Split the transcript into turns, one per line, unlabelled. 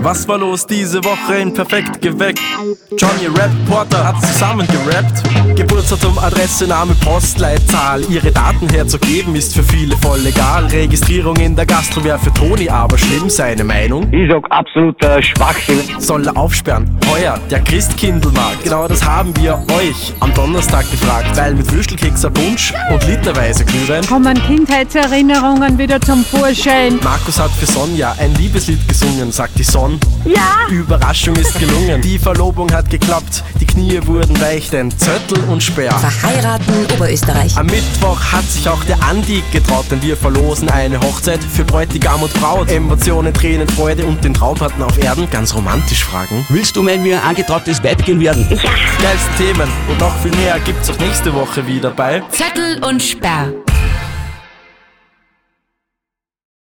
Was war los diese Woche in Perfekt geweckt? Johnny Rap Porter hat zusammen gerappt. Geburtsdatum, Adresse, Name, Postleitzahl. Ihre Daten herzugeben ist für viele voll legal. Registrierung in der Gastro wäre für Toni aber schlimm, seine Meinung.
Ich sag absoluter Schwachsinn.
Soll er aufsperren? Heuer, der Christkindlmarkt. Genau das haben wir euch am Donnerstag gefragt, weil mit Würstelkekser Punsch und literweise Glühwein
Kommen Kindheitserinnerungen wieder zum Vorschein.
Markus hat für Sonja ein Liebeslied gesungen, sagt die Son.
Ja!
Überraschung ist gelungen. Die Verlobung hat geklappt, die Knie wurden weich, denn Zöttel und Speer.
Verheiraten Oberösterreich.
Am Mittwoch hat sich auch der Andi getraut, denn wir verlosen eine Hochzeit für Bräutigam und Braut. Emotionen, Tränen, Freude und den Traumpartner auf Erden ganz romantisch fragen.
Willst du mein mir angetrautes Weibchen werden?
Geilste Themen und noch viel mehr gibt's auch nächste Woche wieder bei
Zettel und Sperr.